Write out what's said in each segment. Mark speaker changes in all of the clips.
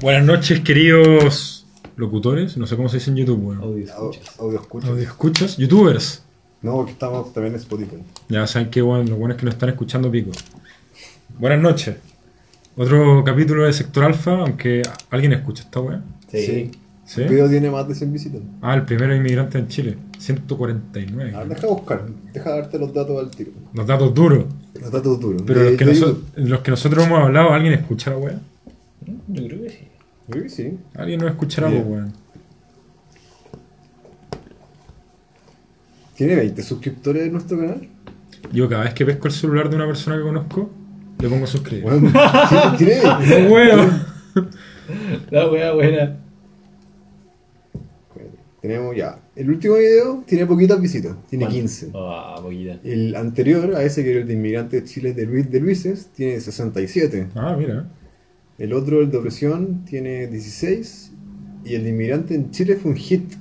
Speaker 1: Buenas noches, queridos locutores. No sé cómo se dice en YouTube, weón.
Speaker 2: Audio escuchas.
Speaker 3: Audio escuchas.
Speaker 1: Audio escuchas, youtubers.
Speaker 3: No, porque estamos también en Spotify.
Speaker 1: Ya saben que bueno, lo bueno es que nos están escuchando pico. Buenas noches. Otro capítulo de Sector Alfa, aunque alguien escucha esta weá.
Speaker 2: Sí.
Speaker 1: ¿Sí?
Speaker 3: El video tiene más de 100 visitas.
Speaker 1: Ah, el primero inmigrante en Chile. 149.
Speaker 3: A ver, deja buscar. Deja darte los datos al tiro.
Speaker 1: Los datos duros.
Speaker 3: Los datos duros.
Speaker 1: Pero
Speaker 3: De-
Speaker 1: los, que
Speaker 3: de
Speaker 1: noso-
Speaker 3: YouTube.
Speaker 1: los que nosotros hemos hablado, ¿alguien escucha la weá?
Speaker 2: Yo creo que sí.
Speaker 3: Creo que sí.
Speaker 1: Alguien nos escuchará,
Speaker 3: Bien.
Speaker 1: pues, weón.
Speaker 3: Tiene 20 suscriptores en nuestro canal.
Speaker 1: Yo cada vez que pesco el celular de una persona que conozco, le pongo suscribir.
Speaker 3: Bueno, ¿quién tiene 20?
Speaker 1: ¡Oh, weón!
Speaker 2: La wea buena.
Speaker 3: Bueno, Tenemos ya. El último video tiene poquitas visitas. Tiene
Speaker 2: ¿Cuánto?
Speaker 3: 15.
Speaker 2: Ah, poquita.
Speaker 3: El anterior, a ese que era el de inmigrantes de Chile de Luis de Luises, tiene 67.
Speaker 1: Ah, mira.
Speaker 3: El otro, el de opresión, tiene 16. Y el de inmigrante en Chile fue un hit.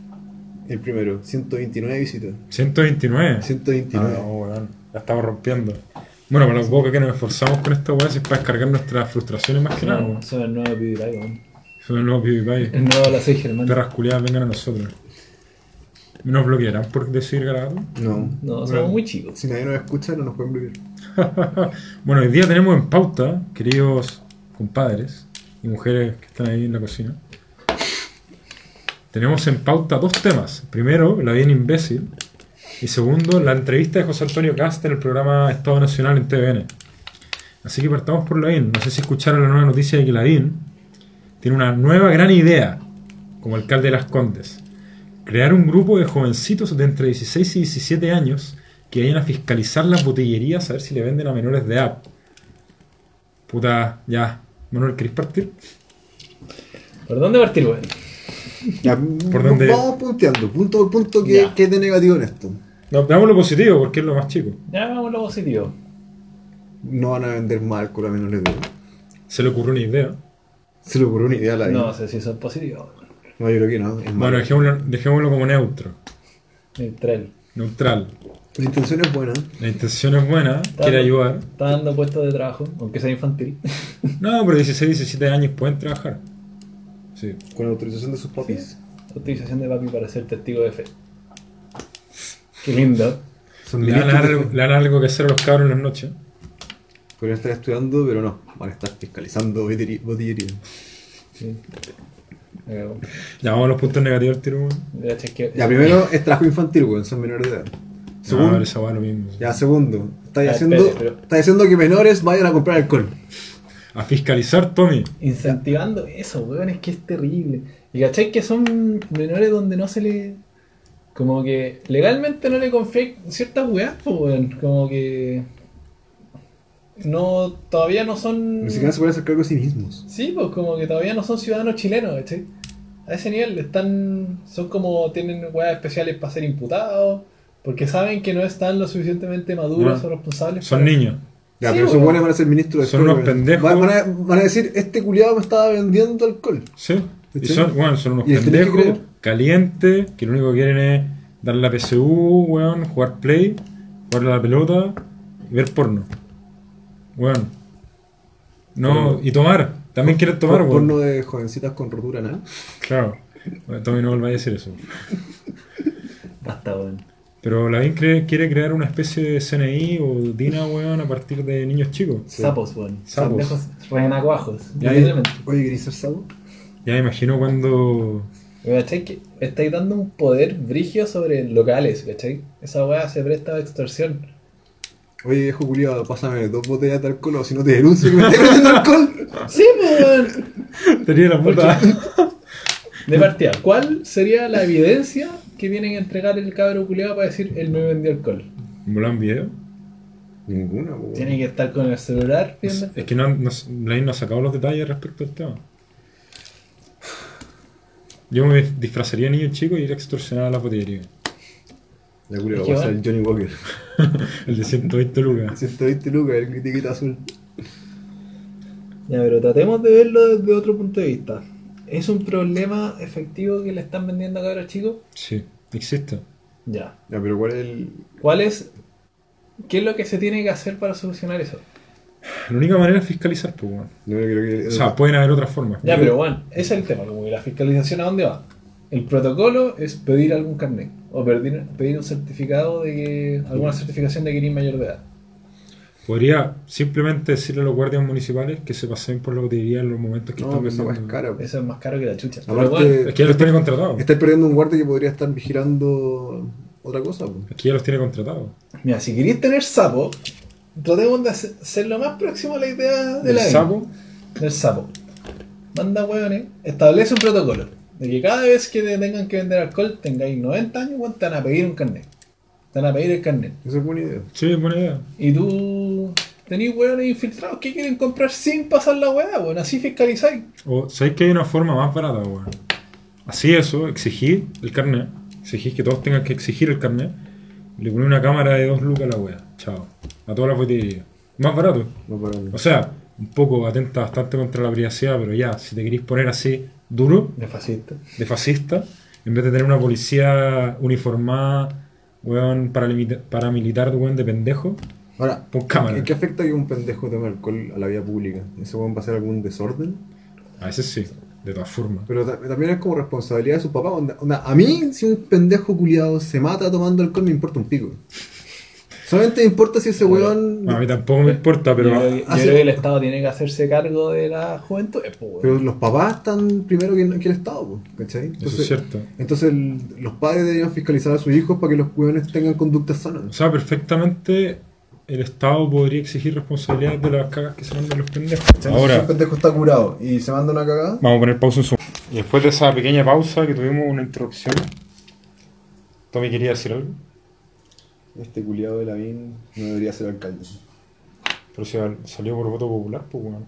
Speaker 3: El primero, 129 visitas.
Speaker 1: 129.
Speaker 3: 129.
Speaker 1: Ah, no, weón. La estamos rompiendo. Bueno, para los pocos que nos esforzamos con esta weá, si es para descargar nuestras frustraciones más que nada, weón.
Speaker 2: Son, son el nuevo PewDiePie, weón.
Speaker 1: Son los nuevos PewDiePie.
Speaker 2: El nuevo la soy Germán.
Speaker 1: Perras culiadas, vengan a nosotros. ¿Nos bloquearán por decir grabado?
Speaker 3: No.
Speaker 2: No, somos
Speaker 1: Bueno.
Speaker 2: muy chicos.
Speaker 3: Si nadie nos escucha, no nos pueden vivir.
Speaker 1: bueno, hoy día tenemos en pauta, queridos compadres y mujeres que están ahí en la cocina. Tenemos en pauta dos temas. Primero, la bien imbécil. Y segundo, la entrevista de José Antonio Cast en el programa Estado Nacional en TVN. Así que partamos por la IN. No sé si escucharon la nueva noticia de que la IN tiene una nueva gran idea como alcalde de Las Condes. Crear un grupo de jovencitos de entre 16 y 17 años que vayan a fiscalizar las botillerías a ver si le venden a menores de app. Puta, ya. Manuel, ¿querés partir?
Speaker 2: ¿Por dónde partir, weón?
Speaker 3: Ya,
Speaker 1: ¿Por dónde?
Speaker 3: Vamos punteando, punto por punto, ¿qué,
Speaker 2: Ya.
Speaker 3: qué es de negativo en esto?
Speaker 1: No, veamos lo positivo porque es lo más chico.
Speaker 2: Ya vamos a lo positivo.
Speaker 3: No van a vender más alcohol a menores de edad.
Speaker 1: Se le ocurrió una idea.
Speaker 3: Se le ocurrió una idea a la
Speaker 2: No
Speaker 3: no.
Speaker 2: sé si son positivos, weón.
Speaker 3: no, yo creo que no. Es
Speaker 1: Bueno,
Speaker 3: malo.
Speaker 1: dejémoslo, dejémoslo como neutro.
Speaker 2: Neutral.
Speaker 1: Neutral.
Speaker 3: La intención es buena.
Speaker 1: La intención es buena, quiere ayudar.
Speaker 2: Está dando puestos de trabajo, aunque sea infantil.
Speaker 1: No, pero 16, 17 años pueden trabajar. Sí.
Speaker 3: Con la autorización de sus papis.
Speaker 2: Utilización de papi para ser testigo de fe. Qué lindo.
Speaker 3: Son
Speaker 1: Le dan,
Speaker 3: ministros de-
Speaker 1: algo, le dan algo que hacer a los cabros en las noches.
Speaker 3: Podrían estar estudiando, pero no. Van a estar fiscalizando botillería. botillería.
Speaker 2: Sí. Me cago.
Speaker 1: Ya vamos a los puntos negativos del tiro, weón.
Speaker 2: Ya, chequeo.
Speaker 3: Ya, primero es trabajo infantil, weón. Son menores de edad.
Speaker 1: No,
Speaker 3: Segundo,
Speaker 1: pero esa va lo mismo.
Speaker 3: ya, segundo. Estáis
Speaker 2: Ah,
Speaker 3: haciendo,
Speaker 2: espérate, pero-
Speaker 3: estáis haciendo que menores vayan a comprar alcohol.
Speaker 1: A fiscalizar, Tommy.
Speaker 2: incentivando eso, weón, es que es terrible. Y cachai que son menores donde no se le. Como que legalmente no le confían ciertas weas, pues weón. Como que. No, todavía no son.
Speaker 3: Ni siquiera se pueden hacer cargo de sí mismos.
Speaker 2: Sí, pues como que todavía no son ciudadanos chilenos, ¿cachai? A ese nivel están. Son como. Tienen weas especiales para ser imputados. Porque saben que no están lo suficientemente maduros
Speaker 1: Bueno,
Speaker 2: o responsables.
Speaker 1: Son
Speaker 2: para-
Speaker 1: niños.
Speaker 3: Ya,
Speaker 2: Sí,
Speaker 3: pero esos
Speaker 2: weón.
Speaker 3: buenos van a ser ministros de
Speaker 1: Son
Speaker 3: Estado,
Speaker 1: unos
Speaker 3: weón.
Speaker 1: pendejos.
Speaker 3: Van, van a, van a decir, este culiado me estaba vendiendo alcohol.
Speaker 1: Sí. Y
Speaker 3: ¿Cachai?
Speaker 1: son, bueno, son unos
Speaker 3: Y les tenés que
Speaker 1: pendejos,
Speaker 3: creer.
Speaker 1: calientes, que lo único que quieren es dar la PSU, weón, jugar play, jugar a la pelota y ver porno. Weón. No, y tomar. También quieren tomar,
Speaker 3: Por-
Speaker 1: weón.
Speaker 3: Porno de jovencitas con rotura anal.
Speaker 1: Claro. Bueno, Tommy no volváis a decir eso.
Speaker 2: Basta, weón.
Speaker 1: Pero la cree, quiere crear una especie de CNI o DINA, weón, a partir de niños chicos.
Speaker 2: Sapos, weón.
Speaker 1: Sapos.
Speaker 2: Sapos. Renacuajos.
Speaker 1: Ya, ya.
Speaker 2: literalmente.
Speaker 3: Oye, ¿queréis ser sabo?
Speaker 1: Ya me imagino cuando...
Speaker 2: Pero, ¿Cachai? Que estáis dando un poder brigio sobre locales, ¿cachai? Esa weá se presta a extorsión.
Speaker 3: Oye, viejo culiado, pásame dos botellas de alcohol o si no te denuncio que me estoy vendiendo alcohol.
Speaker 2: Sí, pues, weón.
Speaker 1: Tenía la puta...
Speaker 2: De partida, ¿cuál sería la evidencia que tienen que entregar el cabro culiado para decir él me vendió alcohol?
Speaker 1: ¿Volan video?
Speaker 3: Ninguna, weón.
Speaker 2: Tiene que estar con el celular viendo.
Speaker 1: Es que no, han- no, Lain no ha sacado los detalles respecto al tema. Yo me disfrazaría de niño chico y iría a extorsionar a la botillería.
Speaker 3: La culiada
Speaker 2: Es que
Speaker 3: va a ser
Speaker 2: va.
Speaker 3: el Johnny Walker.
Speaker 1: El de 120 lucas.
Speaker 3: 120 lucas, el critiquita azul.
Speaker 2: Ya, pero tratemos de verlo desde otro punto de vista. ¿Es un problema efectivo que le están vendiendo a cabros chicos?
Speaker 1: Sí, existe.
Speaker 2: Ya.
Speaker 3: Ya, pero ¿cuál es el...?
Speaker 2: ¿Cuál es. ¿Qué es lo que se tiene que hacer para solucionar eso?
Speaker 1: La única manera es fiscalizar, pues, weón.
Speaker 3: No, yo creo que.
Speaker 1: O sea, pueden haber otras formas.
Speaker 2: Ya, pero bueno, ese es el tema, como que la fiscalización a dónde va. El protocolo es pedir algún carnet o pedir, pedir un certificado de que, alguna certificación de que eres mayor de edad.
Speaker 1: Podría simplemente decirle a los guardias municipales que se pasen por la botillería en los momentos que
Speaker 3: no,
Speaker 1: están
Speaker 3: pero esa weá es
Speaker 1: vendiendo.
Speaker 3: cara. po.
Speaker 2: Eso es más caro que la chucha. Pero
Speaker 3: Aparte-
Speaker 2: bueno,
Speaker 1: Es que ya los tiene contratados.
Speaker 3: Estáis perdiendo un guardia que podría estar vigilando otra cosa. po.
Speaker 1: Es que ya los tiene contratados.
Speaker 2: mira, si queréis tener sapo, tratemos de hacer- ser lo más próximo a la idea de
Speaker 1: El
Speaker 2: la EMI.
Speaker 1: sapo,
Speaker 2: del sapo. Manda hueones, establece un protocolo de que cada vez que te tengan que vender alcohol, tengáis 90 años, weón, te van a pedir un carnet. Te van a pedir el carnet.
Speaker 3: Esa es buena idea.
Speaker 1: sí, buena idea.
Speaker 2: Y tú tenéis hueones infiltrados que quieren comprar sin pasar la hueá, weón. Así fiscalizáis.
Speaker 1: O sabéis que hay una forma más barata, weón. Así eso, exigir el carnet. Exigir que todos tengan que exigir el carnet. Le ponéis una cámara de dos lucas a la weá. Chao. A todas las botillerías. Más barato.
Speaker 3: No para nada.
Speaker 1: O sea, un poco atenta bastante contra la privacidad, pero ya, si te queréis poner así duro,
Speaker 2: De fascista.
Speaker 1: de fascista, en vez de tener una policía uniformada, weón, paralimita- paramilitar, weón, de pendejo,
Speaker 3: Ahora,
Speaker 1: pon cámara.
Speaker 3: ¿en qué afecta que un pendejo tome alcohol a la vía pública? ¿Eso va a pasar algún desorden?
Speaker 1: A veces sí, de todas formas.
Speaker 3: Pero ta- también es como responsabilidad de sus papás. Onda- onda, a mí, si un pendejo culiado se mata tomando alcohol, me importa un pico. Solamente me importa si ese weón.
Speaker 1: Bueno, a mí tampoco me importa, pero
Speaker 2: yo creo, que, yo
Speaker 3: hace-
Speaker 2: creo que el Estado tiene que hacerse cargo de la juventud. Eh, pues,
Speaker 3: Pero
Speaker 2: weón.
Speaker 3: los papás están primero que, que el Estado, po, ¿cachai?
Speaker 1: eso es cierto.
Speaker 3: entonces el- los padres deberían fiscalizar a sus hijos para que los weones tengan conductas
Speaker 1: O
Speaker 3: sanas.
Speaker 1: sea, perfectamente el Estado podría exigir responsabilidades de las cagas que se mandan los pendejos.
Speaker 3: Si
Speaker 1: Ahora,
Speaker 3: un pendejo está curado y se manda una cagada,
Speaker 1: Vamos a poner pausa en su. Y después de esa pequeña pausa que tuvimos una interrupción. Tommy quería decir algo,
Speaker 3: este culiado de Lavín no debería ser alcalde.
Speaker 1: pero si al- salió por voto popular, pues bueno.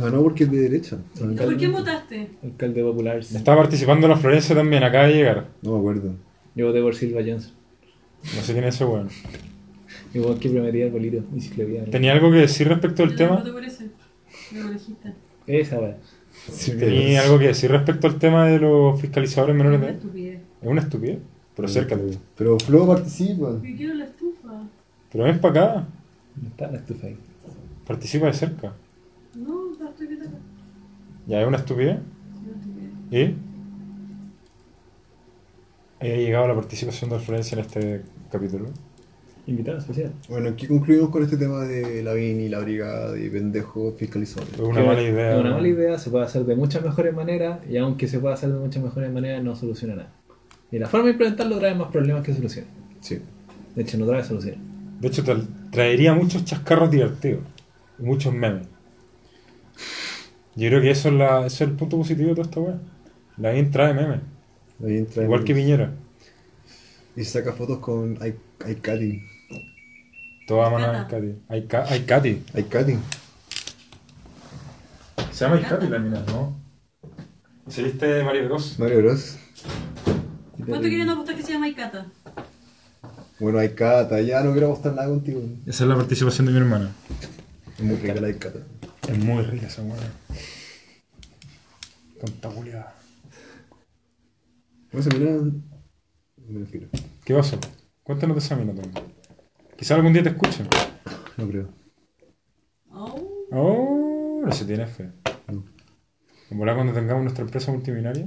Speaker 3: Ganó porque es de derecha.
Speaker 4: ¿Por qué votaste?
Speaker 2: Alcalde popular. sí.
Speaker 1: Estaba participando en la Florencia también, acaba de llegar.
Speaker 3: No me acuerdo.
Speaker 2: Yo voté por Silva Johnson.
Speaker 1: No sé quién es ese weón.
Speaker 2: Igual que prometía el bolito y ciclovía. ¿no?
Speaker 1: ¿Tenía algo que decir respecto al
Speaker 4: Yo
Speaker 1: tema?
Speaker 4: voté por ese. De ecologista.
Speaker 2: Esa weá.
Speaker 3: Sí,
Speaker 1: ¿Tenía algo que decir respecto al tema de los fiscalizadores menores de
Speaker 4: Una
Speaker 1: edad?
Speaker 4: estupidez.
Speaker 1: Es una estupidez, pero acércate.
Speaker 3: Pero Flo participa.
Speaker 4: Yo quiero la estufa.
Speaker 1: Pero ven para acá,
Speaker 2: No está la estufa ahí.
Speaker 1: participa de cerca.
Speaker 4: No, la estoy viendo.
Speaker 1: Ya es una estupidez.
Speaker 4: Una estupidez.
Speaker 1: ¿Y? Ahí ha llegado la participación de la Florencia en este capítulo.
Speaker 2: Invitado especial.
Speaker 3: Bueno, aquí concluimos con este tema de Lavín y la brigada de pendejos fiscalizadores.
Speaker 1: Es una
Speaker 2: Que
Speaker 1: mala idea.
Speaker 2: es una
Speaker 1: ¿no?
Speaker 2: mala idea, se puede hacer de muchas mejores maneras y aunque se pueda hacer de muchas mejores maneras no soluciona nada. Y la forma de implementarlo trae más problemas que soluciones.
Speaker 3: Sí.
Speaker 2: De hecho, no trae soluciones.
Speaker 1: De hecho, tra- traería muchos chascarros divertidos y muchos memes. Yo creo que eso es, la, eso es el punto positivo de toda esta weá. La bien trae memes,
Speaker 3: Ahí entra
Speaker 1: igual que Piñera.
Speaker 3: Y se saca fotos con Ai- Aikati.
Speaker 1: Toda mano de Katy. Hay, Ka- hay Katy.
Speaker 3: Aikati.
Speaker 1: Se llama Katy la mina, ¿no? ¿Se viste Mario Bros?
Speaker 3: Mario Bros.
Speaker 4: ¿Cuánto quieren apostar que se llama Icata?
Speaker 3: Bueno, Aikata, ya no quiero apostar nada contigo.
Speaker 1: Esa es la participación de mi hermana.
Speaker 3: Es muy rica la Aikata.
Speaker 1: Es muy rica esa weá. Contabuleada.
Speaker 3: No se mira. Me refiero.
Speaker 1: ¿Qué pasó? Cuéntanos de esa mina también. Quizá algún día te escuchen.
Speaker 3: No creo.
Speaker 4: Oh,
Speaker 1: Oh, no se tiene fe.
Speaker 3: No.
Speaker 1: En volar cuando tengamos nuestra empresa multimillonaria,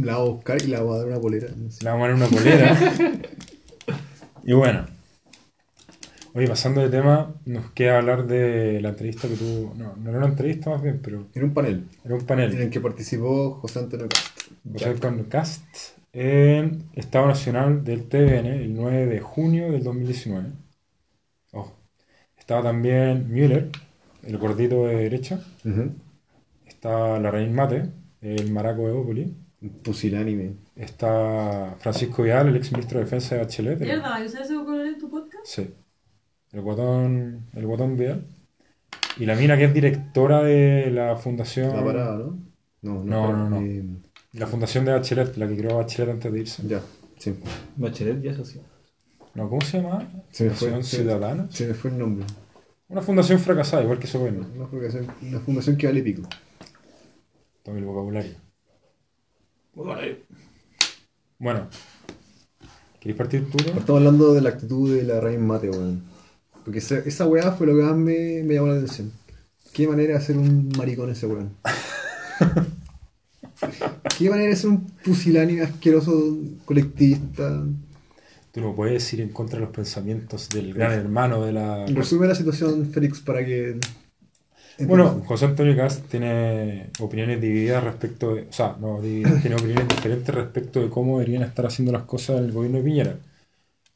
Speaker 3: La voy a buscar y la voy a dar una polera. No sé.
Speaker 1: le vamos a dar una polera. y bueno. Oye, pasando de tema, nos queda hablar de la entrevista que tuvo. No, no era una entrevista más bien, pero
Speaker 3: Era un panel
Speaker 1: era un
Speaker 3: en
Speaker 1: panel.
Speaker 3: el que participó José Antonio Castro.
Speaker 1: O sea, con Cast en Estado Nacional del TVN el 9 de junio del 2019. Ojo. Estaba también Müller, el gordito de derecha. Está la Reina Mate, el maraco de Opoli.
Speaker 3: Pusilánime.
Speaker 1: Está Francisco Vidal, el ex ministro de Defensa de Bachelet. el-
Speaker 4: mierda, ¿y usas ese color en tu podcast?
Speaker 1: sí. El guatón, el guatón Vidal. Y la mina que es directora de la fundación.
Speaker 3: La parada, ¿no? No,
Speaker 1: No,
Speaker 3: espera.
Speaker 1: no, no.
Speaker 3: Eh,
Speaker 1: La fundación de Bachelet, la que creó Bachelet antes de irse.
Speaker 3: ya, sí.
Speaker 2: Bachelet ya sí.
Speaker 1: No, ¿cómo se llama?
Speaker 3: Se me fue,
Speaker 1: Fundación
Speaker 3: se me-
Speaker 1: Ciudadana.
Speaker 3: Se me fue el nombre.
Speaker 1: Una fundación fracasada, igual que su gobierno.
Speaker 3: Una fundación, una fundación que vale pico.
Speaker 1: Todo el vocabulario. Bueno. ¿Queréis partir tú? no?
Speaker 3: Estamos hablando de la actitud de la Rain Mate, weón. Porque esa, esa weá fue lo que más me, me llamó la atención. Qué manera de ser un maricón ese weón. Qué manera de ser un pusilánime asqueroso colectivista.
Speaker 1: Tú no puedes ir en contra de los pensamientos del gran hermano de la...
Speaker 3: Resume la situación, Félix, para que.
Speaker 1: Bueno, José Antonio Cast tiene opiniones divididas respecto de... O sea, no, divididas, tiene opiniones diferentes respecto de cómo deberían estar haciendo las cosas el gobierno de Piñera.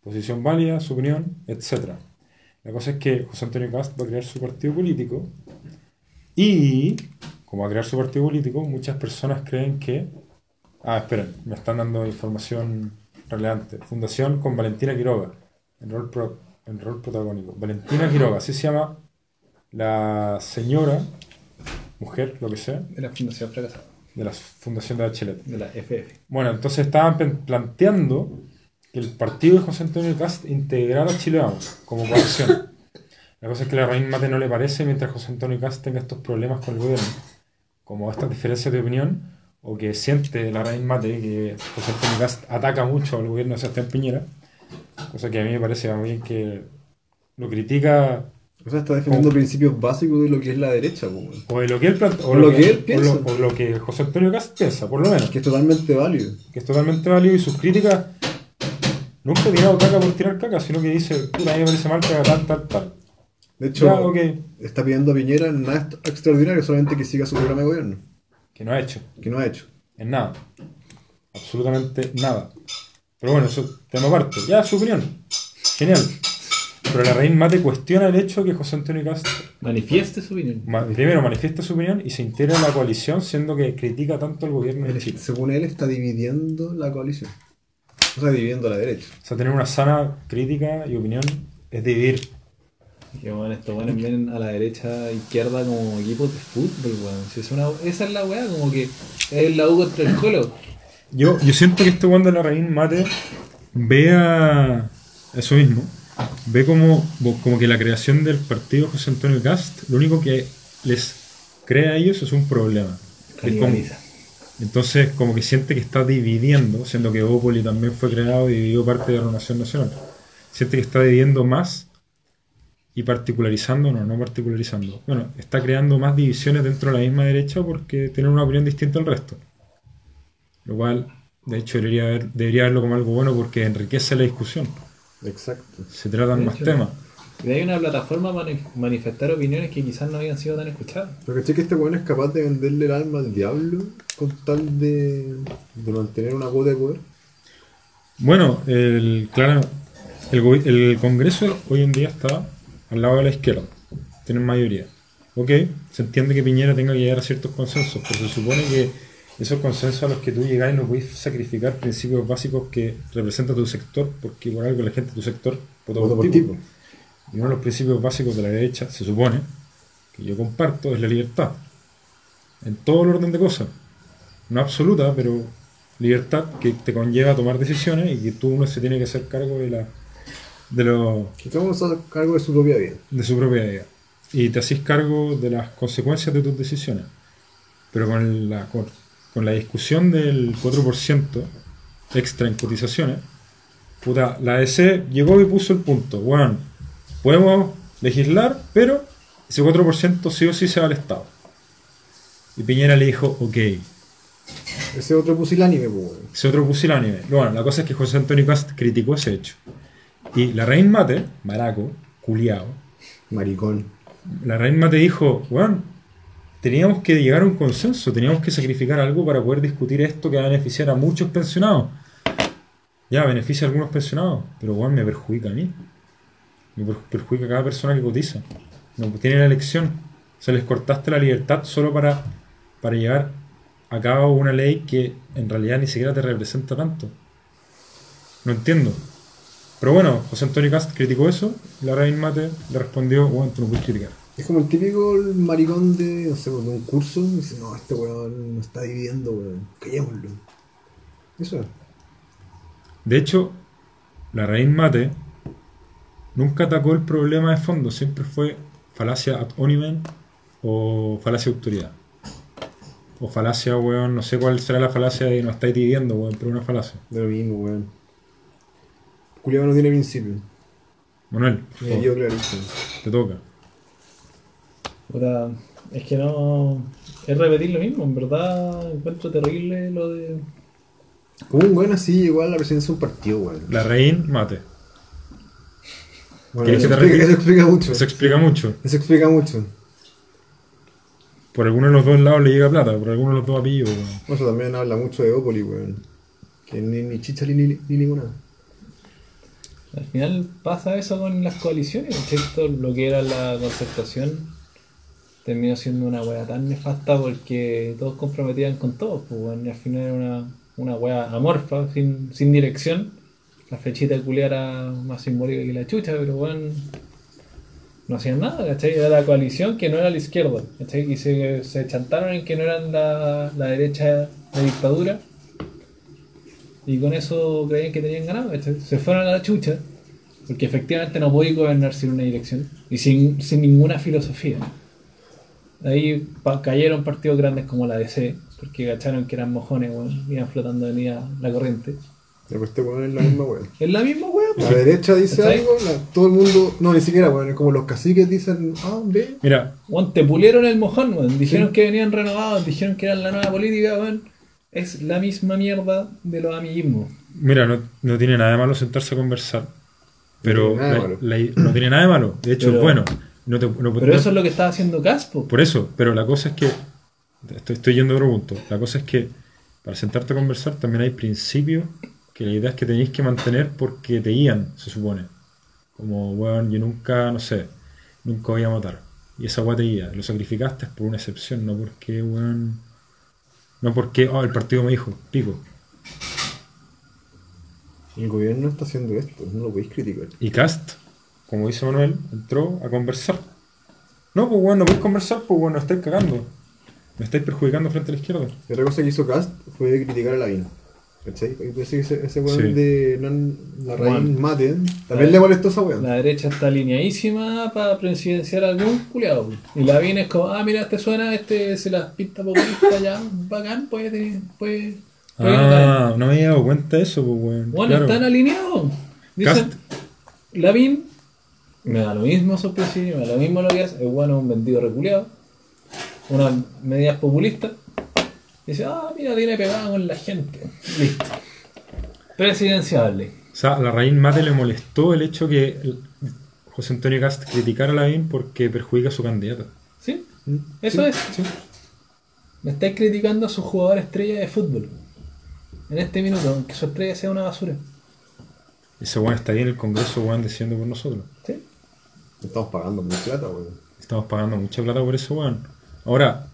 Speaker 1: Posición válida, su opinión, etcétera. La cosa es que José Antonio Cast va a crear su partido político y, como va a crear su partido político, muchas personas creen que... Ah, esperen, me están dando información relevante. Fundación con Valentina Quiroga, en rol, pro- en rol protagónico. Valentina Quiroga, así se llama la señora, mujer, lo que sea,
Speaker 2: De la Fundación Fracasada,
Speaker 1: de la Fundación de Bachelet.
Speaker 2: de la FF.
Speaker 1: Bueno, entonces estaban pen- planteando que el partido de José Antonio Cast integrara a Chile Vamos como coalición. La cosa es que la Raín Mate no le parece mientras José Antonio Cast tenga estos problemas con el gobierno, como estas diferencias de opinión, o que siente la Raín Mate que José Antonio Cast ataca mucho al gobierno de Sebastián Piñera, cosa que a mí me parece a mí que lo critica
Speaker 3: O sea, está defendiendo
Speaker 1: ¿Cómo?
Speaker 3: principios básicos de lo que es la derecha, po, weón.
Speaker 1: o de lo que él plante- o
Speaker 3: Lo que él piensa.
Speaker 1: o lo- o lo que José Antonio Cast piensa, por lo menos.
Speaker 3: Que es totalmente válido.
Speaker 1: que es totalmente válido y sus críticas nunca he tirado caca por tirar caca, sino que dice, puta, a mí me parece mal que haga tal, tal, tal.
Speaker 3: De hecho,
Speaker 1: Ya, ok.
Speaker 3: está pidiendo a Piñera nada ext- extraordinario, solamente que siga su programa de gobierno,
Speaker 1: Que no ha hecho,
Speaker 3: que no ha hecho.
Speaker 1: en nada. Absolutamente nada. Pero bueno, eso tema aparte. Ya, su opinión. Genial. Pero la Reina Mate cuestiona el hecho que José Antonio Cast
Speaker 2: Manifieste su opinión.
Speaker 1: ma- primero manifiesta su opinión y se integra en la coalición, siendo que critica tanto al gobierno de
Speaker 3: Él-
Speaker 1: Chile.
Speaker 3: según él, está dividiendo la coalición. O sea, dividiendo a la derecha.
Speaker 1: O sea, tener una sana crítica y opinión es dividir.
Speaker 2: Que bueno, estos buenos vienen a la derecha izquierda como equipos de fútbol, weón. Si es una- esa es la weá, como que es la U contra el Colo.
Speaker 1: Yo, yo siento que este Juan de la Reina Mate ve a eso mismo. Ve como, como que la creación del partido José Antonio Cast, lo único que les crea a ellos es un problema. Es como-
Speaker 2: Canibaliza.
Speaker 1: entonces, como que siente que está dividiendo, siendo que Opoli también fue creado y dividió parte de la Renovación Nacional. Siente que está dividiendo más y particularizando, no, no particularizando. Bueno, está creando más divisiones dentro de la misma derecha porque tienen una opinión distinta al resto. Lo cual, de hecho, debería, haber- debería verlo como algo bueno porque enriquece la discusión.
Speaker 3: Exacto.
Speaker 1: Se tratan
Speaker 2: De
Speaker 1: más
Speaker 2: hecho,
Speaker 1: temas.
Speaker 2: Y hay una plataforma para manif- manifestar opiniones que quizás no habían sido tan escuchadas.
Speaker 3: Lo que sé que este weón es capaz de venderle el alma al diablo con tal de, de mantener una cuota de poder.
Speaker 1: Bueno, el, claro, el, gobi- el Congreso hoy en día está al lado de la izquierda. Tienen mayoría. Ok, se entiende que Piñera tenga que llegar a ciertos consensos, pero se supone que esos consensos a los que tú llegas no puedes sacrificar principios básicos que representan tu sector, porque por algo la gente de tu sector votó
Speaker 3: Voto por ti, po.
Speaker 1: Y uno de los principios básicos de la derecha, se supone, que yo comparto, es la libertad. En todo el orden de cosas. No absoluta, pero libertad que te conlleva a tomar decisiones y que tú uno se tiene que hacer cargo de la de lo-
Speaker 3: Que cada uno se haga cargo de su propia vida.
Speaker 1: de su propia vida. Y te haces cargo de las consecuencias de tus decisiones. Pero con la, con, con la discusión del 4% extra en cotizaciones, puta, la DC llegó y puso el punto. Bueno, podemos legislar, pero ese 4% sí o sí se va al Estado. Y Piñera le dijo, ok,
Speaker 3: Ese otro pusilánime, po, weón.
Speaker 1: ese otro pusilánime. Bueno, la cosa es que José Antonio Cast criticó ese hecho. Y la Reina Mate, maraco, culiao,
Speaker 3: Maricón.
Speaker 1: la Reina Mate dijo, bueno, teníamos que llegar a un consenso, teníamos que sacrificar algo para poder discutir esto que va a beneficiar a muchos pensionados. Ya, beneficia a algunos pensionados, pero bueno, me perjudica a mí. Me per- perjudica a cada persona que cotiza. No pues, tiene la elección. O sea, les cortaste la libertad solo para, para llevar a cabo una ley que en realidad ni siquiera te representa tanto. No entiendo. Pero bueno, José Antonio Cast criticó eso y la Reina Mate le respondió, bueno, tú no puedes criticar.
Speaker 3: Es como el típico maricón de, no sé, pues, de un curso. y Dice, no, este weón nos está dividiendo, weón. Callémoslo. Eso es.
Speaker 1: De hecho, la raíz mate nunca atacó el problema de fondo, siempre fue falacia ad hominem o falacia de autoridad. O falacia, weón, no sé cuál será la falacia de no estáis dividiendo, weón, pero una falacia.
Speaker 3: De lo mismo, weón. Culiado no tiene principio.
Speaker 1: Manuel, por
Speaker 3: Me
Speaker 1: favor,
Speaker 3: dio clarísimo.
Speaker 1: te toca.
Speaker 2: Puta, es que no. Es repetir lo mismo, en verdad encuentro terrible lo de.
Speaker 3: Como un weón así llegó a la presidencia de un partido, weón.
Speaker 1: La reín, mate.
Speaker 3: Bueno,
Speaker 1: ¿Quieres
Speaker 3: eso,
Speaker 1: que te
Speaker 3: explica,
Speaker 1: retire?
Speaker 3: eso explica mucho.
Speaker 1: Eso explica mucho.
Speaker 3: Eso explica mucho.
Speaker 1: Por alguno de los dos lados le llega plata, por alguno de los dos a pillo. weón.
Speaker 3: Bueno, Eso también habla mucho de Opoli, weón. Que ni, ni chicha ni, ni, ni ninguna.
Speaker 2: Al final pasa eso con las coaliciones, ¿cierto? Lo que era la concertación terminó siendo una wea tan nefasta porque todos comprometían con todos, pues weón, y al final era una, una wea amorfa, sin, sin dirección. La fechita culia era más simbólica que la chucha, pero bueno, no hacían nada, ¿cachai? Era la coalición que no era la izquierda, ¿cachai? Y se, se chantaron en que no eran la, la derecha de dictadura. Y con eso creían que tenían ganado. ¿cachai? Se fueron a la chucha. Porque efectivamente no podía gobernar sin una dirección. Y sin, sin ninguna filosofía. Ahí pa- cayeron partidos grandes como la DC. Porque cacharon que eran mojones, weón. Iban flotando en la- la corriente.
Speaker 3: Pero este weón es la misma weón.
Speaker 2: Es la misma weá,
Speaker 3: La
Speaker 2: po.
Speaker 3: derecha dice
Speaker 2: ¿Cachai?
Speaker 3: algo, la- todo el mundo. No, ni siquiera, weón. Es como los caciques dicen, ah, ve.
Speaker 1: Mira,
Speaker 2: Weón, te pulieron el mojón, weón. Dijeron que venían renovados. Dijeron que eran la nueva política, weón. Es la misma mierda de los amiguismos.
Speaker 1: mira, no, no tiene nada de malo sentarse a conversar. Pero
Speaker 3: No tiene nada de
Speaker 1: la-
Speaker 3: malo.
Speaker 1: la- no tiene nada de malo. De hecho,
Speaker 2: Pero-
Speaker 1: es bueno. No te- no-
Speaker 2: Pero
Speaker 1: no-
Speaker 2: eso es lo que está haciendo Caspo.
Speaker 1: Por eso, pero la cosa es que. Estoy, estoy yendo a otro punto. La cosa es que para sentarte a conversar también hay principios que la idea es que tenéis que mantener porque te guían, se supone. Como, weón, yo nunca, no sé, nunca voy a matar. Y esa weá te guía. Lo sacrificaste por una excepción, no porque, weón. No porque, oh, el partido me dijo, pico.
Speaker 3: El gobierno está haciendo esto, no lo podéis criticar.
Speaker 1: Y Cast, como dice Manuel, entró a conversar. No, pues weón, no podéis conversar, pues weón, no estáis cagando. Me estáis perjudicando frente a la izquierda.
Speaker 3: Y otra cosa que hizo Cast fue criticar a Lavín. ¿Cachai? Y parece que ese, ese weón
Speaker 1: Sí.
Speaker 3: de Nan- la raíz
Speaker 2: Juan.
Speaker 3: mate
Speaker 2: La-
Speaker 3: también le molestó a esa weón.
Speaker 2: La derecha está alineadísima para presidenciar a algún culiado. Y la viene es como, ah, mira, este suena, este se las pinta populista ya, bacán, puede tener, puede. puede ganar".
Speaker 1: Ah, no me había dado cuenta de eso, pues, weón.
Speaker 2: bueno,
Speaker 1: Claro.
Speaker 2: están alineados. Dicen,
Speaker 1: Cast-
Speaker 2: Lavín, me da lo mismo su presidio, me da lo mismo lo que hace, es bueno, un vendido reculeado, unas medidas populistas. Dice, ah, mira, tiene pegada con la gente. Listo. Presidenciable.
Speaker 1: O sea, a la raíz mate le molestó el hecho que el- José Antonio Cast criticara a Lavín porque perjudica a su candidato.
Speaker 2: ¿Sí?
Speaker 3: Mm,
Speaker 2: Eso
Speaker 3: sí,
Speaker 2: es.
Speaker 3: sí.
Speaker 2: Me estáis criticando a su jugador estrella de fútbol. En este minuto, aunque su estrella sea una basura.
Speaker 1: Ese weón está ahí en el Congreso, weón, decidiendo por nosotros.
Speaker 2: ¿Sí?
Speaker 3: Estamos pagando mucha plata, weón.
Speaker 1: Estamos pagando mucha plata por eso, weón. Ahora,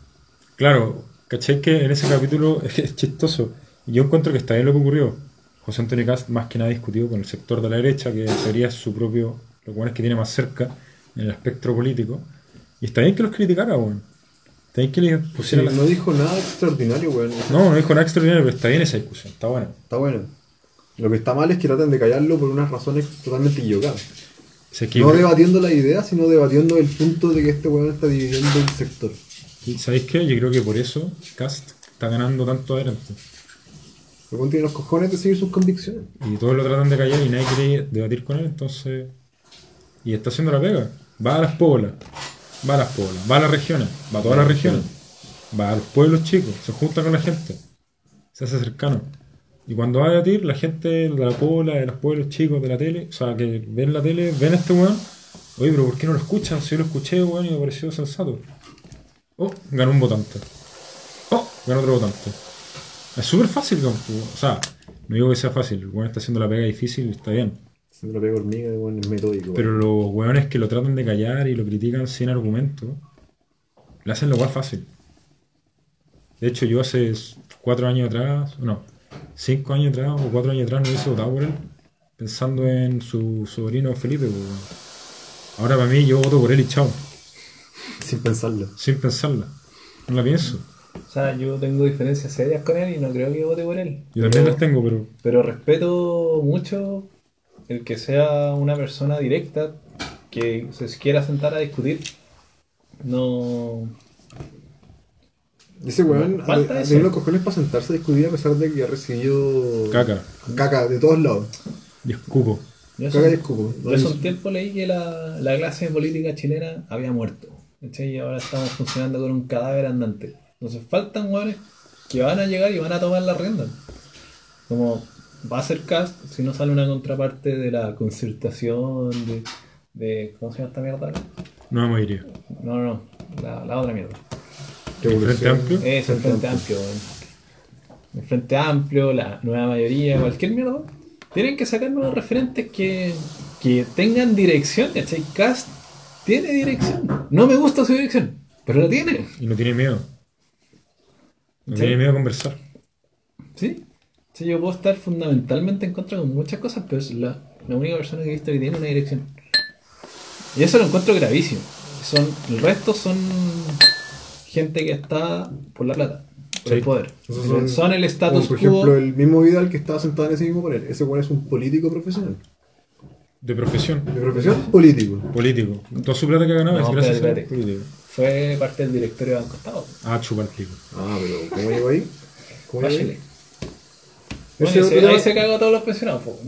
Speaker 1: claro, ¿cachai que en ese capítulo es, es chistoso? Y Yo encuentro que está bien lo que ocurrió. José Antonio Cast más que nada discutió con el sector de la derecha, que en teoría es su propio, lo bueno es que tiene más cerca en el espectro político. Y está bien que los criticara, weón. Está bien que les
Speaker 3: Sí,
Speaker 1: pusiera la-
Speaker 3: no dijo nada extraordinario, weón.
Speaker 1: No, no dijo nada extraordinario, pero está bien esa discusión, está buena.
Speaker 3: Está bueno. Lo que está mal es que tratan de callarlo por unas razones totalmente equivocadas.
Speaker 1: Se
Speaker 3: No debatiendo la idea, sino debatiendo el punto de que este weón está dividiendo el sector.
Speaker 1: ¿Sabéis qué? Yo creo que por eso Cast está ganando tanto adelante.
Speaker 3: El weón tiene los cojones de seguir sus convicciones.
Speaker 1: Y todos lo tratan de callar y nadie quiere debatir con él, entonces. Y está haciendo la pega. Va a las poblas, va a las poblas, va a las regiones, va a todas las regiones, va a los pueblos chicos, se junta con la gente, se hace cercano. Y cuando va a debatir, la gente de la pobla, de los pueblos chicos, de la tele, o sea, que ven la tele, ven a este weón, oye, pero ¿por qué no lo escuchan? Si yo lo escuché, weón, y me pareció sensato. Oh, ganó un votante. Oh, ganó otro votante. Es súper fácil, compu. O sea, no digo que sea fácil. El weón está haciendo la pega difícil y está bien.
Speaker 3: Siempre la pega hormiga, weón, es metódico.
Speaker 1: Pero
Speaker 3: weón.
Speaker 1: los weones que lo tratan de callar y lo critican sin argumento, le hacen lo más fácil. De hecho, yo hace cuatro años atrás, no, cinco años atrás o cuatro años atrás no hubiese votado por él, pensando en su sobrino Felipe. pues, weón. Ahora para mí yo voto por él y chao,
Speaker 3: Sin pensarlo.
Speaker 1: sin pensarla. No la pienso.
Speaker 2: O sea, yo tengo diferencias serias con él y no creo que vote por él.
Speaker 1: Yo también las tengo, pero
Speaker 2: Pero respeto mucho el que sea una persona directa que se quiera sentar a discutir. No.
Speaker 3: Ese weón ha
Speaker 2: Falta
Speaker 3: ha
Speaker 2: eso.
Speaker 3: tenido los cojones para sentarse a discutir a pesar de que ha recibido
Speaker 1: caca,
Speaker 3: caca de todos lados.
Speaker 1: y escupo.
Speaker 2: Yo hace,
Speaker 3: Caga y escupo.
Speaker 2: yo hace un tiempo leí que la, la clase política chilena había muerto. ¿cachai? Y ahora estamos funcionando con un cadáver andante. Entonces faltan hueones que van a llegar y van a tomar la rienda. Como va a ser cast, si no sale una contraparte de la concertación, de, de- ¿cómo se llama esta mierda?
Speaker 1: No me iría.
Speaker 2: No, no, no, la, la otra mierda.
Speaker 1: Frente amplio.
Speaker 2: Es el Frente Amplio, weón. El Frente Amplio, la nueva mayoría, cualquier mierda. Tienen que sacar nuevos referentes que, que tengan dirección, ¿cachai? Cast tiene dirección. No me gusta su dirección, pero la tiene,
Speaker 1: Y no tiene miedo. No
Speaker 2: Sí.
Speaker 1: tiene miedo a conversar.
Speaker 2: ¿sí? Sí, yo puedo estar fundamentalmente en contra con muchas cosas, pero es la, la única persona que he visto que tiene una dirección. Y eso lo encuentro gravísimo. Son, el resto son gente que está por la plata, por
Speaker 1: Sí.
Speaker 2: el poder.
Speaker 3: Esos son-
Speaker 2: Son el
Speaker 3: Como,
Speaker 2: status
Speaker 3: por
Speaker 2: quo.
Speaker 3: ejemplo, el mismo Vidal que estaba sentado en ese mismo panel. Ese weón es un político profesional.
Speaker 1: De profesión.
Speaker 3: De profesión, político.
Speaker 1: Político. Toda su plata que ha ganado
Speaker 2: No,
Speaker 1: es gracias
Speaker 2: espérate,
Speaker 1: a
Speaker 2: espérate.
Speaker 1: político.
Speaker 2: Fue parte del directorio de Banco Estado.
Speaker 1: Ah, chupar pico.
Speaker 3: Ah, pero ¿cómo llegó ahí? ¿Cómo llegó
Speaker 2: Bachelet.
Speaker 3: ahí?
Speaker 2: Bueno,
Speaker 3: Ese
Speaker 2: y
Speaker 3: otro
Speaker 2: se,
Speaker 3: tema-
Speaker 2: ahí se cagó a todos los pensionados. po.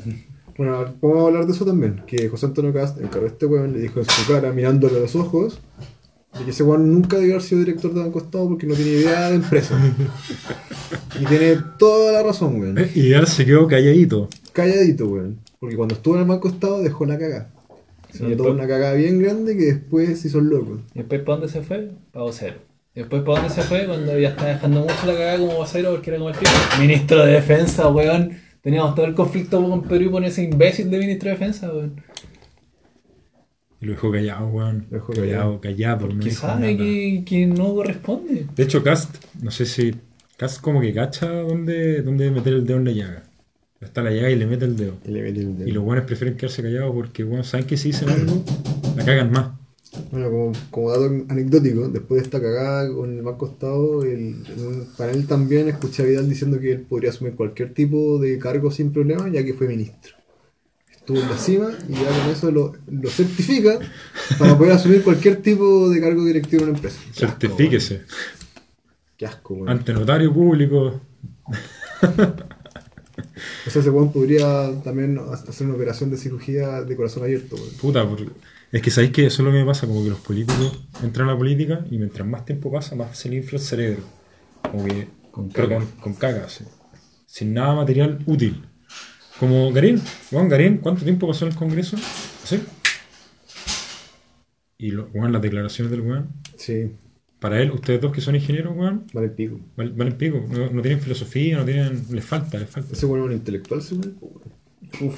Speaker 3: Bueno, a ver, vamos a hablar de eso también. Que José Antonio Cast encaró a este weón, le dijo en su cara, mirándole a los ojos, de que ese weón nunca debió haber sido director de Banco Estado porque no tiene idea de empresa. y tiene toda la razón, weón.
Speaker 1: Eh, Ideal se quedó calladito.
Speaker 3: Calladito, weón. Porque cuando estuvo en el Banco Estado dejó la cagada. Se
Speaker 2: Y
Speaker 3: mandó
Speaker 2: después-
Speaker 3: una cagada bien grande que después se hizo el loco.
Speaker 2: ¿Y después para dónde se fue? Pago cero. ¿Y después para dónde se fue? Cuando ya está dejando mucho la cagada como Baseiro porque era como el pico. Ministro de Defensa, weón. Teníamos todo el conflicto con Perú con ese imbécil de ministro de Defensa, weón.
Speaker 1: Y lo dejó callado, weón.
Speaker 3: Lo dejó
Speaker 1: callado, callado. no
Speaker 2: Que
Speaker 1: dijo
Speaker 2: sabe
Speaker 1: nada.
Speaker 2: que, que no corresponde.
Speaker 1: De hecho, Cast, no sé si. Cast como que cacha dónde, dónde meter el dedo en la llaga. Está la llaga y le mete el dedo.
Speaker 3: Y le metió el dedo.
Speaker 1: Y los buenos prefieren quedarse callados porque, bueno, saben que si dicen algo, la cagan más.
Speaker 3: Bueno, como, como dato anecdótico, después de esta cagada con el Banco Estado, el, en un panel también escuché a Vidal diciendo que él podría asumir cualquier tipo de cargo sin problema, ya que fue ministro. Estuvo en la cima y ya con eso lo, lo certifica para poder asumir cualquier tipo de cargo directivo en una empresa. Qué asco,
Speaker 1: Certifíquese.
Speaker 3: weón. Qué asco, weón.
Speaker 1: Ante notario público.
Speaker 3: O sea, ese weón podría también hacer una operación de cirugía de corazón abierto, weón.
Speaker 1: Puta, por- es que sabéis que eso es lo que me pasa, como que los políticos entran a la política y mientras más tiempo pasa, más se le infla el cerebro. Como que,
Speaker 2: Con
Speaker 1: pero
Speaker 2: caca.
Speaker 1: con, con caca, sí. Sin nada material útil. Como Garín, Juan Garín, ¿cuánto tiempo pasó en el Congreso? Así. Y lo, weón, las declaraciones del weón.
Speaker 3: Sí,
Speaker 1: Para él, ustedes dos que son ingenieros, weón,
Speaker 3: vale el pico.
Speaker 1: val- valen pico. No, no tienen filosofía, no tienen. Les falta, les falta.
Speaker 3: Ese weón es un intelectual, ese weón, weón.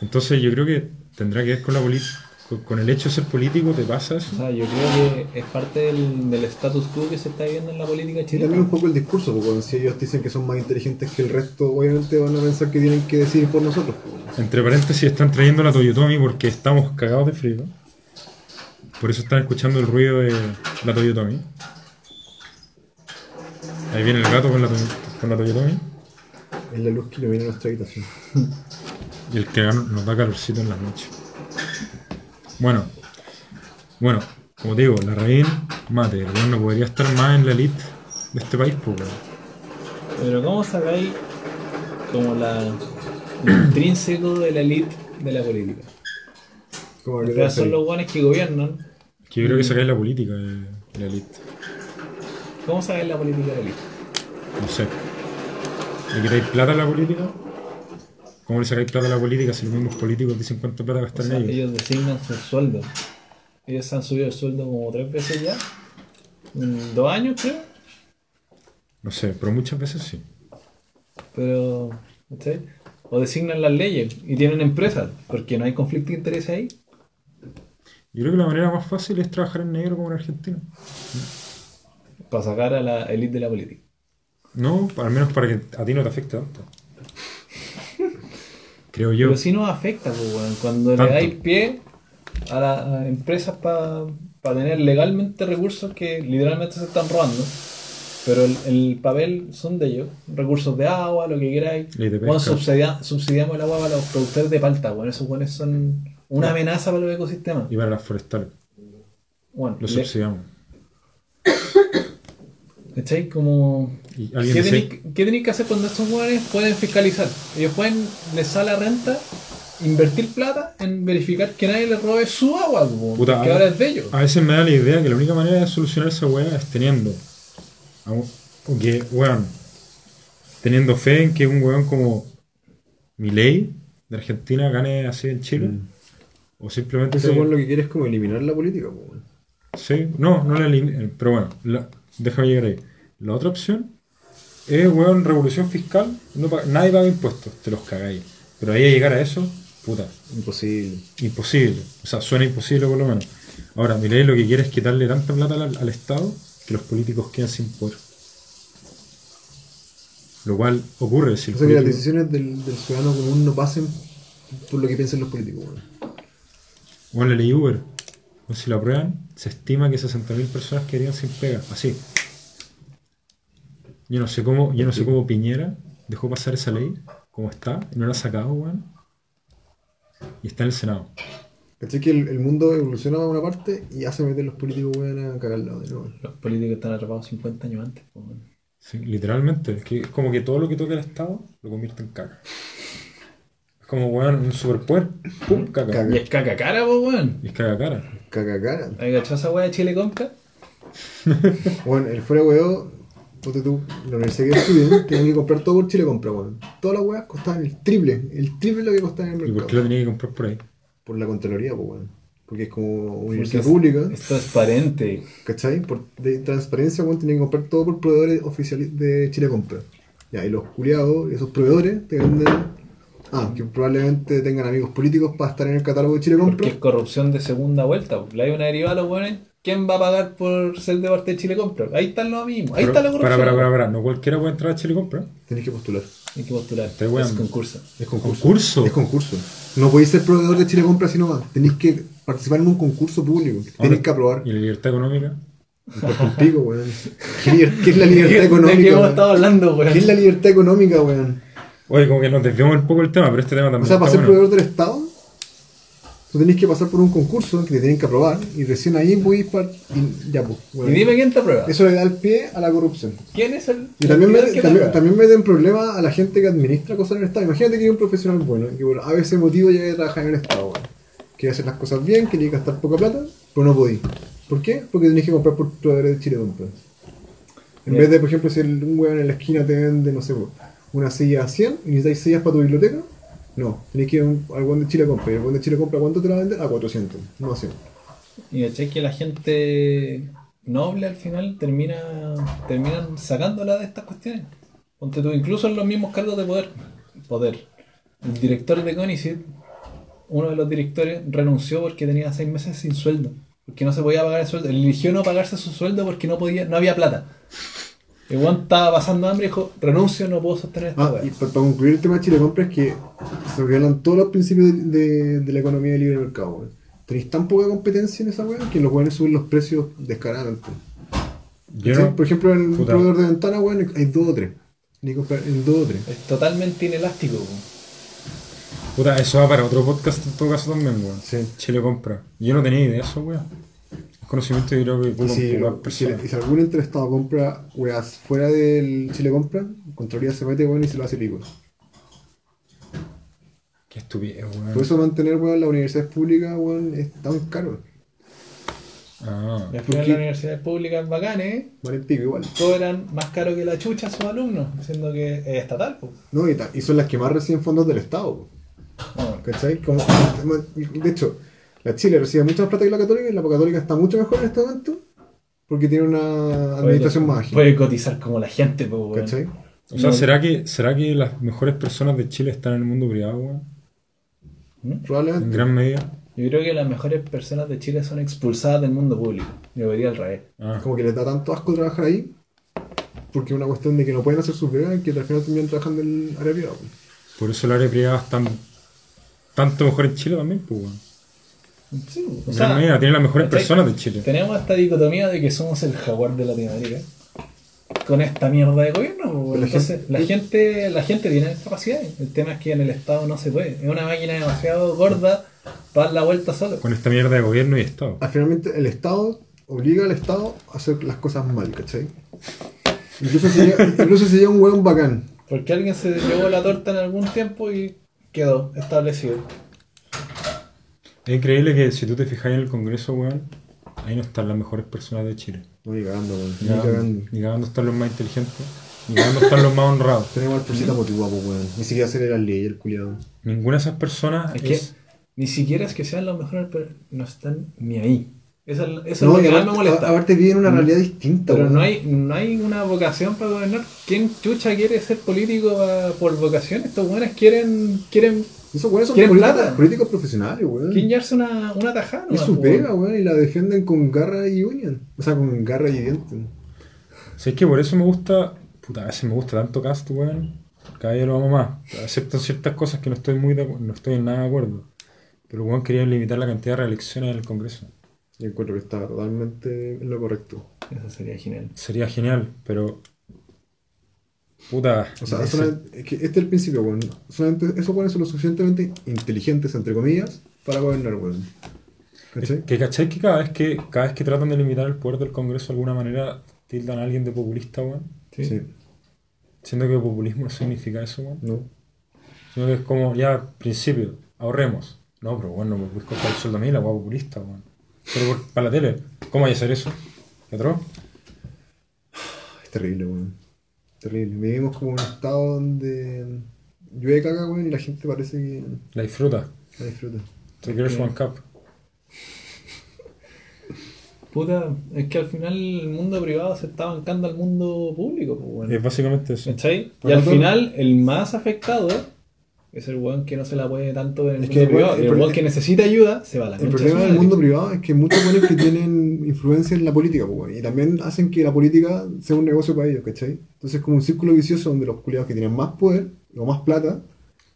Speaker 1: Entonces yo creo que tendrá que ver con la poli- con, con el hecho de ser político, te pasa
Speaker 2: O
Speaker 1: eso.
Speaker 2: sea, yo creo que es parte del, del status quo que se está viviendo en la política
Speaker 3: Y también un
Speaker 2: chilena.
Speaker 3: poco el discurso, porque bueno, si ellos dicen que son más inteligentes que el resto, obviamente van a pensar que tienen que decidir por nosotros. pues, bueno.
Speaker 1: Entre paréntesis están trayendo la Toyotomi porque estamos cagados de frío. Por eso están escuchando el ruido de la Toyotomi. Ahí viene el gato con la, Toy- con la Toyotomi.
Speaker 3: Es la luz que ilumina nuestra habitación.
Speaker 1: Y el que nos da calorcito en las noches. Bueno, bueno, como te digo, la Raín mate, el weón no podría estar más en la elite de este país, pues, weón.
Speaker 2: Pero ¿cómo sacáis como la lo intrínseco de la elite de la política?
Speaker 3: Como
Speaker 2: O
Speaker 3: que
Speaker 2: sea, son los guanes que gobiernan.
Speaker 1: Que yo creo que sacáis la política de la elite.
Speaker 2: ¿Cómo sabes la política de la elite?
Speaker 1: No sé. ¿Le quitáis plata a la política? ¿Cómo le sacáis plata a la política si los mismos políticos dicen cuánta plata
Speaker 2: O
Speaker 1: gastar
Speaker 2: sea,
Speaker 1: en ellos?
Speaker 2: ellos designan sus sueldos. Ellos se han subido el sueldo como tres veces ya. En dos años creo.
Speaker 1: No sé, pero muchas veces sí.
Speaker 2: Pero. ¿cachai? O designan las leyes y tienen empresas. Porque no hay conflicto de interés ahí.
Speaker 1: Yo creo que la manera más fácil es trabajar en negro como en Argentina.
Speaker 2: Para sacar a la elite de la política.
Speaker 1: No, al menos para que a ti no te afecte tanto. Creo yo.
Speaker 2: Pero sí nos afecta, pues, weón. Cuando
Speaker 1: Tanto.
Speaker 2: le dais pie a las a empresas para tener legalmente recursos que literalmente se están robando. Pero el, el papel son de ellos. Recursos de agua, lo que queráis.
Speaker 1: Ley de
Speaker 2: Weón,
Speaker 1: pesca.
Speaker 2: subsidia- subsidiamos el agua para los productores de palta, weón. Esos weones son una amenaza para los ecosistemas.
Speaker 1: Y para las forestales.
Speaker 2: Bueno,
Speaker 1: Lo
Speaker 2: le-
Speaker 1: subsidiamos.
Speaker 2: ¿cachai? Como...
Speaker 1: Y
Speaker 2: ¿Qué
Speaker 1: alguien dice,
Speaker 2: tenéis, qué tenéis que hacer cuando estos weones pueden fiscalizar? Ellos pueden, les sale la renta invertir plata en verificar que nadie le robe su agua, po,
Speaker 1: Puta, ah.
Speaker 2: que ahora es de ellos.
Speaker 1: A veces me da la idea que la única manera de solucionar esa weá es teniendo. a un- o que, weón. Teniendo fe en que un weón como Milei de Argentina gane así en Chile. O simplemente
Speaker 3: Ese
Speaker 1: se-
Speaker 3: weón lo que quiere es como eliminar la política, po, weón.
Speaker 1: Sí, no, no la elim- eh, Pero bueno, la- déjame llegar ahí. La otra opción es, weón, revolución fiscal. No pa- nadie paga impuestos, te los cagáis. Pero ahí a llegar a eso, puta,
Speaker 3: Imposible.
Speaker 1: imposible. O sea, suena imposible por lo menos. Ahora, Milei lo que quiere es quitarle tanta plata al, al Estado que los políticos quedan sin poder. Lo cual ocurre si el
Speaker 3: O sea que las
Speaker 1: político-
Speaker 3: decisiones del, del ciudadano común no pasen por lo que piensan los políticos, weón.
Speaker 1: Bueno, la ley Uber. O si la aprueban, se estima que 60.000 personas quedarían sin pega. Así. Yo no sé cómo, yo no sé cómo Piñera dejó pasar esa ley, como está, y no la ha sacado, weón. Y está en el Senado.
Speaker 3: ¿Cachai que el, el mundo evoluciona para una parte y hace meter los políticos, weón, a cagarla de nuevo?
Speaker 2: Los políticos están atrapados 50 años antes. po, weón.
Speaker 1: Sí, literalmente. Es que es como que todo lo que toca el Estado lo convierte en caca. Es como, weón, un superpoder. ¡Pum! Caca.
Speaker 3: Caca.
Speaker 2: Y es caca cara, po, weón.
Speaker 1: Y es caca cara.
Speaker 3: Caca cara.
Speaker 2: ¿Hay cachado esa weá de Chile Conca?
Speaker 3: Bueno, el fuera weón, ponte tú, la universidad que estudié, tenía que comprar todo por Chile Compra, weón. Todas las weas costaban el triple, el triple lo que costaban en el
Speaker 1: ¿Y por
Speaker 3: mercado.
Speaker 1: qué lo tenía que comprar por ahí?
Speaker 3: Por la Contraloría, pues, weón. Porque es como
Speaker 2: Porque
Speaker 3: universidad
Speaker 2: es-
Speaker 3: pública,
Speaker 2: Es transparente.
Speaker 3: ¿cachai? Por de transparencia, weón, tenía que comprar todo por proveedores oficiales de Chile Compra. Ya, y los culiados, esos proveedores, te venden. Ah, que probablemente tengan amigos políticos para estar en el catálogo de Chile
Speaker 2: Porque
Speaker 3: Compra.
Speaker 2: es corrupción de segunda vuelta. po. Le hay una derivada a los weones. ¿Quién va a pagar por ser de parte de Chile Compra? Ahí están los mismos. Ahí
Speaker 1: Pero-
Speaker 2: está la
Speaker 1: para,
Speaker 2: corrupción.
Speaker 1: para, para, para. No cualquiera puede entrar a Chile y comprar.
Speaker 3: Tenés que postular.
Speaker 2: Hay que postular.
Speaker 1: Te wean.
Speaker 2: Es concurso.
Speaker 3: Es concurso.
Speaker 1: Concurso.
Speaker 3: Es concurso. No podéis ser proveedor de Chile Compra así nomás. Tenéis que participar en un concurso público. Tenéis que aprobar.
Speaker 1: ¿Y la libertad económica?
Speaker 3: Por un pico, weón. ¿Qué, liber- qué es la libertad
Speaker 2: ¿De qué
Speaker 3: económica?
Speaker 2: hemos
Speaker 3: weón?
Speaker 2: estado hablando, weón?
Speaker 3: ¿Qué es la libertad económica, weón?
Speaker 1: Oye, como que nos desviamos un poco el tema, pero este tema también
Speaker 3: O sea, para
Speaker 1: está
Speaker 3: ser
Speaker 1: bueno.
Speaker 3: proveedor del Estado, tú tenés que pasar por un concurso que te tienen que aprobar y recién ahí voy para. Y ya, pues,
Speaker 2: Y
Speaker 3: weón.
Speaker 2: dime quién te aprueba.
Speaker 3: Eso le da el pie a la corrupción.
Speaker 2: ¿Quién es el.?
Speaker 3: Y también, me,
Speaker 2: el que te
Speaker 3: también,
Speaker 2: aprueba?
Speaker 3: también meten problemas a la gente que administra cosas en el Estado. Imagínate que hay un profesional bueno, que por a veces motivo llega a trabajar en el Estado, weón. Quiere hacer las cosas bien, que tiene que gastar poca plata, pero no podí. ¿Por qué? Porque tenés que comprar por proveedores de Chile Compra. En
Speaker 2: Bien.
Speaker 3: vez de, por ejemplo, si el- un weón en la esquina te vende, no sé, po, una silla a 100 y necesitáis sillas para tu biblioteca, no, tenés que ir a un- al weón de Chile Compra. Y el weón de Chile Compra, ¿cuánto te la vende? A 400, no a 100.
Speaker 2: Y caché que la gente noble al final termina terminan sacándola de estas cuestiones. Ponte tú, incluso en los mismos cargos de poder. Poder. El director de Conicet, uno de los directores, renunció porque tenía seis meses sin sueldo. Porque no se podía pagar el sueldo. Él eligió no pagarse su sueldo porque no podía, no había plata. El weón estaba pasando hambre y dijo, renuncio, no puedo sostener esta
Speaker 3: Ah,
Speaker 2: weá".
Speaker 3: y pa- para, concluir el tema de Chile Compra es que se violan todos los principios de, de- de la economía de libre mercado, weón. Tenéis tan poca competencia en esa weá que los weones suben los precios descaradamente.
Speaker 1: Yo
Speaker 3: ¿Cachai?
Speaker 1: no-
Speaker 3: Por ejemplo, en un
Speaker 1: Puta.
Speaker 3: proveedor de ventana, weón, hay dos o tres. Tenéis que comprar en dos o tres.
Speaker 2: Es totalmente inelástico. weón.
Speaker 1: Puta, eso va para otro podcast en todo caso también, weón.
Speaker 3: Sí.
Speaker 1: Chile compra. Yo no tenía idea de eso, weón. Es conocimiento yo creo que
Speaker 3: Y
Speaker 1: ocupan
Speaker 3: si,
Speaker 1: pocas
Speaker 3: y si-
Speaker 1: personas.
Speaker 3: y si algún entrevistado compra weas fuera del Chile Compra, Contraloría se mete weón y se lo hace pico.
Speaker 1: Qué estupidez,
Speaker 3: Por
Speaker 1: weón.
Speaker 3: eso mantener weón las universidades públicas weón, es tan caro.
Speaker 1: Ah,
Speaker 2: Y al final
Speaker 3: Porque-
Speaker 2: las universidades públicas bacanes, ¿eh?
Speaker 3: Vale el pico igual.
Speaker 2: cobran más caro que la chucha a sus alumnos, siendo que es estatal. po.
Speaker 3: No, y, ta- y son las que más reciben fondos del Estado. weón.
Speaker 2: Bueno,
Speaker 3: ¿Cachai? Como- de hecho, la Chile recibe mucha más plata que la católica y la católica está mucho mejor en este momento porque tiene una administración
Speaker 2: puede-
Speaker 3: más ágil.
Speaker 2: Puede cotizar como la gente, po, weón.
Speaker 3: ¿Cachai?
Speaker 1: o sea,
Speaker 2: No.
Speaker 1: ¿será que, ¿será que las mejores personas de Chile están en el mundo privado, weón? En
Speaker 3: Probablemente.
Speaker 1: gran medida.
Speaker 2: Yo creo que las mejores personas de Chile son expulsadas del mundo público. Debería al revés.
Speaker 1: Ah,
Speaker 3: Como que les da tanto asco trabajar ahí porque es una cuestión de que no pueden hacer sus pegas y que al final terminan trabajando en el área privada. pues.
Speaker 1: por eso el área privada es tan, tanto mejor en Chile también, pues, weón.
Speaker 2: Sí, po. o
Speaker 1: En
Speaker 2: sea,
Speaker 1: gran medida, tienen las mejores
Speaker 2: ¿cachai?
Speaker 1: personas de Chile.
Speaker 2: tenemos esta dicotomía de que somos el jaguar de Latinoamérica con esta mierda de gobierno. po.
Speaker 3: Pero la
Speaker 2: Entonces,
Speaker 3: gente-
Speaker 2: la gente, la gente tiene capacidades. El tema es que en el Estado no se puede. Es una máquina demasiado gorda para dar la vuelta sola.
Speaker 1: Con esta mierda de gobierno y Estado.
Speaker 3: Al finalmente el Estado obliga al Estado a hacer las cosas mal, ¿cachai? Incluso si llega, incluso si llega un hueón bacán.
Speaker 2: Porque alguien se llevó la torta en algún tiempo y quedó establecido.
Speaker 1: Es increíble que si tú te fijas en el Congreso, weón, ahí no están las mejores personas de Chile.
Speaker 3: No, ni cagando, weón. Ni
Speaker 1: Ni cagando,
Speaker 3: cagando.
Speaker 1: ni cagando están los más inteligentes, ni cagando están los más honrados.
Speaker 3: Tenemos al Pusita Motuapo, pues, weón. Ni siquiera hacer las leyes, el culiado.
Speaker 1: Ninguna de esas personas
Speaker 2: Es
Speaker 1: es,
Speaker 2: que ni siquiera es que sean los mejores, pero no están ni ahí. Esa, es la- esa
Speaker 3: No,
Speaker 2: es lo que
Speaker 3: y
Speaker 2: más me
Speaker 3: aparte,
Speaker 2: molesta.
Speaker 3: a- aparte viven una
Speaker 2: Mm.
Speaker 3: realidad distinta,
Speaker 2: pero
Speaker 3: weón.
Speaker 2: no hay, no hay una vocación para gobernar. ¿Quién chucha quiere ser político ah, por vocación? Estos buenos quieren, quieren,
Speaker 3: Esos weones son
Speaker 2: ¿Quieren
Speaker 3: políticos,
Speaker 2: plata?
Speaker 3: políticos profesionales, weón.
Speaker 2: quieren llevarse una, una tajada.
Speaker 3: Es
Speaker 2: nomás,
Speaker 3: su
Speaker 2: po,
Speaker 3: pega,
Speaker 2: weón.
Speaker 3: weón, y la defienden con garra y uña. O sea, con garra y diente.
Speaker 1: Si es que por eso me gusta, puta, a veces me gusta tanto Cast, weón. Cada día lo amo más. Aceptan ciertas cosas que no estoy muy de acu- no estoy en nada de acuerdo. Pero weón quería limitar la cantidad de reelecciones en el Congreso.
Speaker 3: Yo encuentro que está totalmente en lo correcto.
Speaker 2: Eso sería genial.
Speaker 1: Sería genial, pero. Puta.
Speaker 3: O sea,
Speaker 1: ese-
Speaker 3: solamente- es que este es el principio, weón. Solamente esos weones son lo suficientemente inteligentes, entre comillas, para gobernar, weón. ¿Cachai?
Speaker 1: que cachai que cada vez que cada vez que tratan de limitar el poder del Congreso de alguna manera tildan a alguien de populista, weón.
Speaker 2: ¿sí?
Speaker 3: Sí,
Speaker 1: Siendo que populismo no significa eso, weón.
Speaker 3: no.
Speaker 1: Sino que es como, ya, principio, ahorremos. No, pero bueno, me puedes cortar el sueldo a mí, la weá populista, weón. Pero por- para la tele, ¿cómo hay a hacer eso? ¿Qué atroz?
Speaker 3: Es terrible, weón. Terrible. Vivimos como en un estado donde llueve caca, weón, y la gente parece que
Speaker 1: La disfruta.
Speaker 3: la disfruta.
Speaker 1: The Girls One Cup.
Speaker 2: Puta, es que al final el mundo privado se está bancando al mundo público. po, weón.
Speaker 1: Es básicamente eso.
Speaker 2: ¿Cachai? Y
Speaker 3: Por
Speaker 2: al
Speaker 3: otro-
Speaker 2: final, el más afectado es el weón que no se la puede tanto en el
Speaker 3: Es que
Speaker 2: mundo
Speaker 3: el
Speaker 2: privado.
Speaker 3: weón-
Speaker 2: Y
Speaker 3: el
Speaker 2: El weón
Speaker 3: proble-
Speaker 2: que necesita ayuda se va a la
Speaker 3: El
Speaker 2: concha
Speaker 3: problema
Speaker 2: de su
Speaker 3: del
Speaker 2: madre.
Speaker 3: mundo privado es que hay muchos buenos que tienen influencia en la política, pues, weón, y también hacen que la política sea un negocio para ellos, ¿cachai? Entonces es como un círculo vicioso donde los culiados que tienen más poder o más plata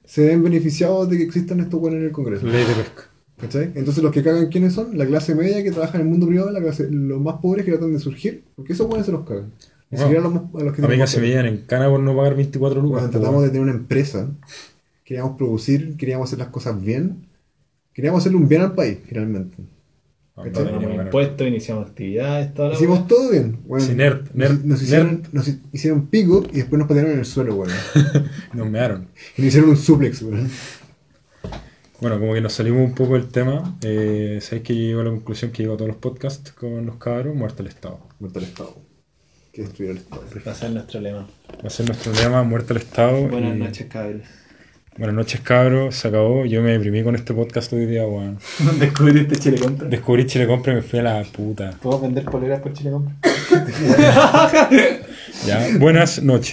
Speaker 3: se ven beneficiados de que existan estos buenos en el Congreso,
Speaker 1: Ley de pesca.
Speaker 3: ¿cachai? Entonces los que cagan, ¿quiénes son? La clase media que trabaja en el mundo privado, la clase, los más pobres que tratan de surgir, porque esos buenos se los cagan. Ni
Speaker 1: Wow.
Speaker 3: siquiera a los, más- a los que
Speaker 1: A mí
Speaker 3: tienen más
Speaker 1: casi me
Speaker 3: poder.
Speaker 1: llegan en cana por no pagar 24 lucas.
Speaker 3: Cuando
Speaker 1: po,
Speaker 3: tratamos
Speaker 1: weón.
Speaker 3: de tener una empresa, queríamos producir, queríamos hacer las cosas bien, queríamos hacerle un bien al país, finalmente.
Speaker 1: Ah, no,
Speaker 3: ¿cachai?
Speaker 1: no, no, no,
Speaker 2: Tenemos
Speaker 1: no.
Speaker 2: impuestos, iniciamos actividades, toda la
Speaker 3: Hicimos todo bien, weón.
Speaker 1: Sí, nerd,
Speaker 3: Nos-
Speaker 1: nerd,
Speaker 3: nos, hicieron, nos hi- hicieron pico y después nos patearon en el suelo, weón.
Speaker 1: Nos mearon.
Speaker 3: Y nos hicieron un suplex, weón.
Speaker 1: Bueno, como que nos salimos un poco del tema. Eh, Sabéis que yo llego a la conclusión que llego a todos los podcasts con los cabros, muerte al Estado.
Speaker 3: Muerto el Estado. Que destruyó el Estado.
Speaker 2: weá. Va a ser nuestro lema.
Speaker 1: Va a ser nuestro tema, muerte al Estado.
Speaker 2: Buenas
Speaker 1: y-
Speaker 2: noches, cabros.
Speaker 1: Buenas noches, cabros. Se acabó. Yo me deprimí con este podcast hoy día, weón.
Speaker 2: ¿Descubriste este Chile Compra?
Speaker 1: Descubrí Chile Compra y me fui a la puta.
Speaker 2: ¿Puedo vender poleras por Chile Compra?
Speaker 1: Ya, buenas noches.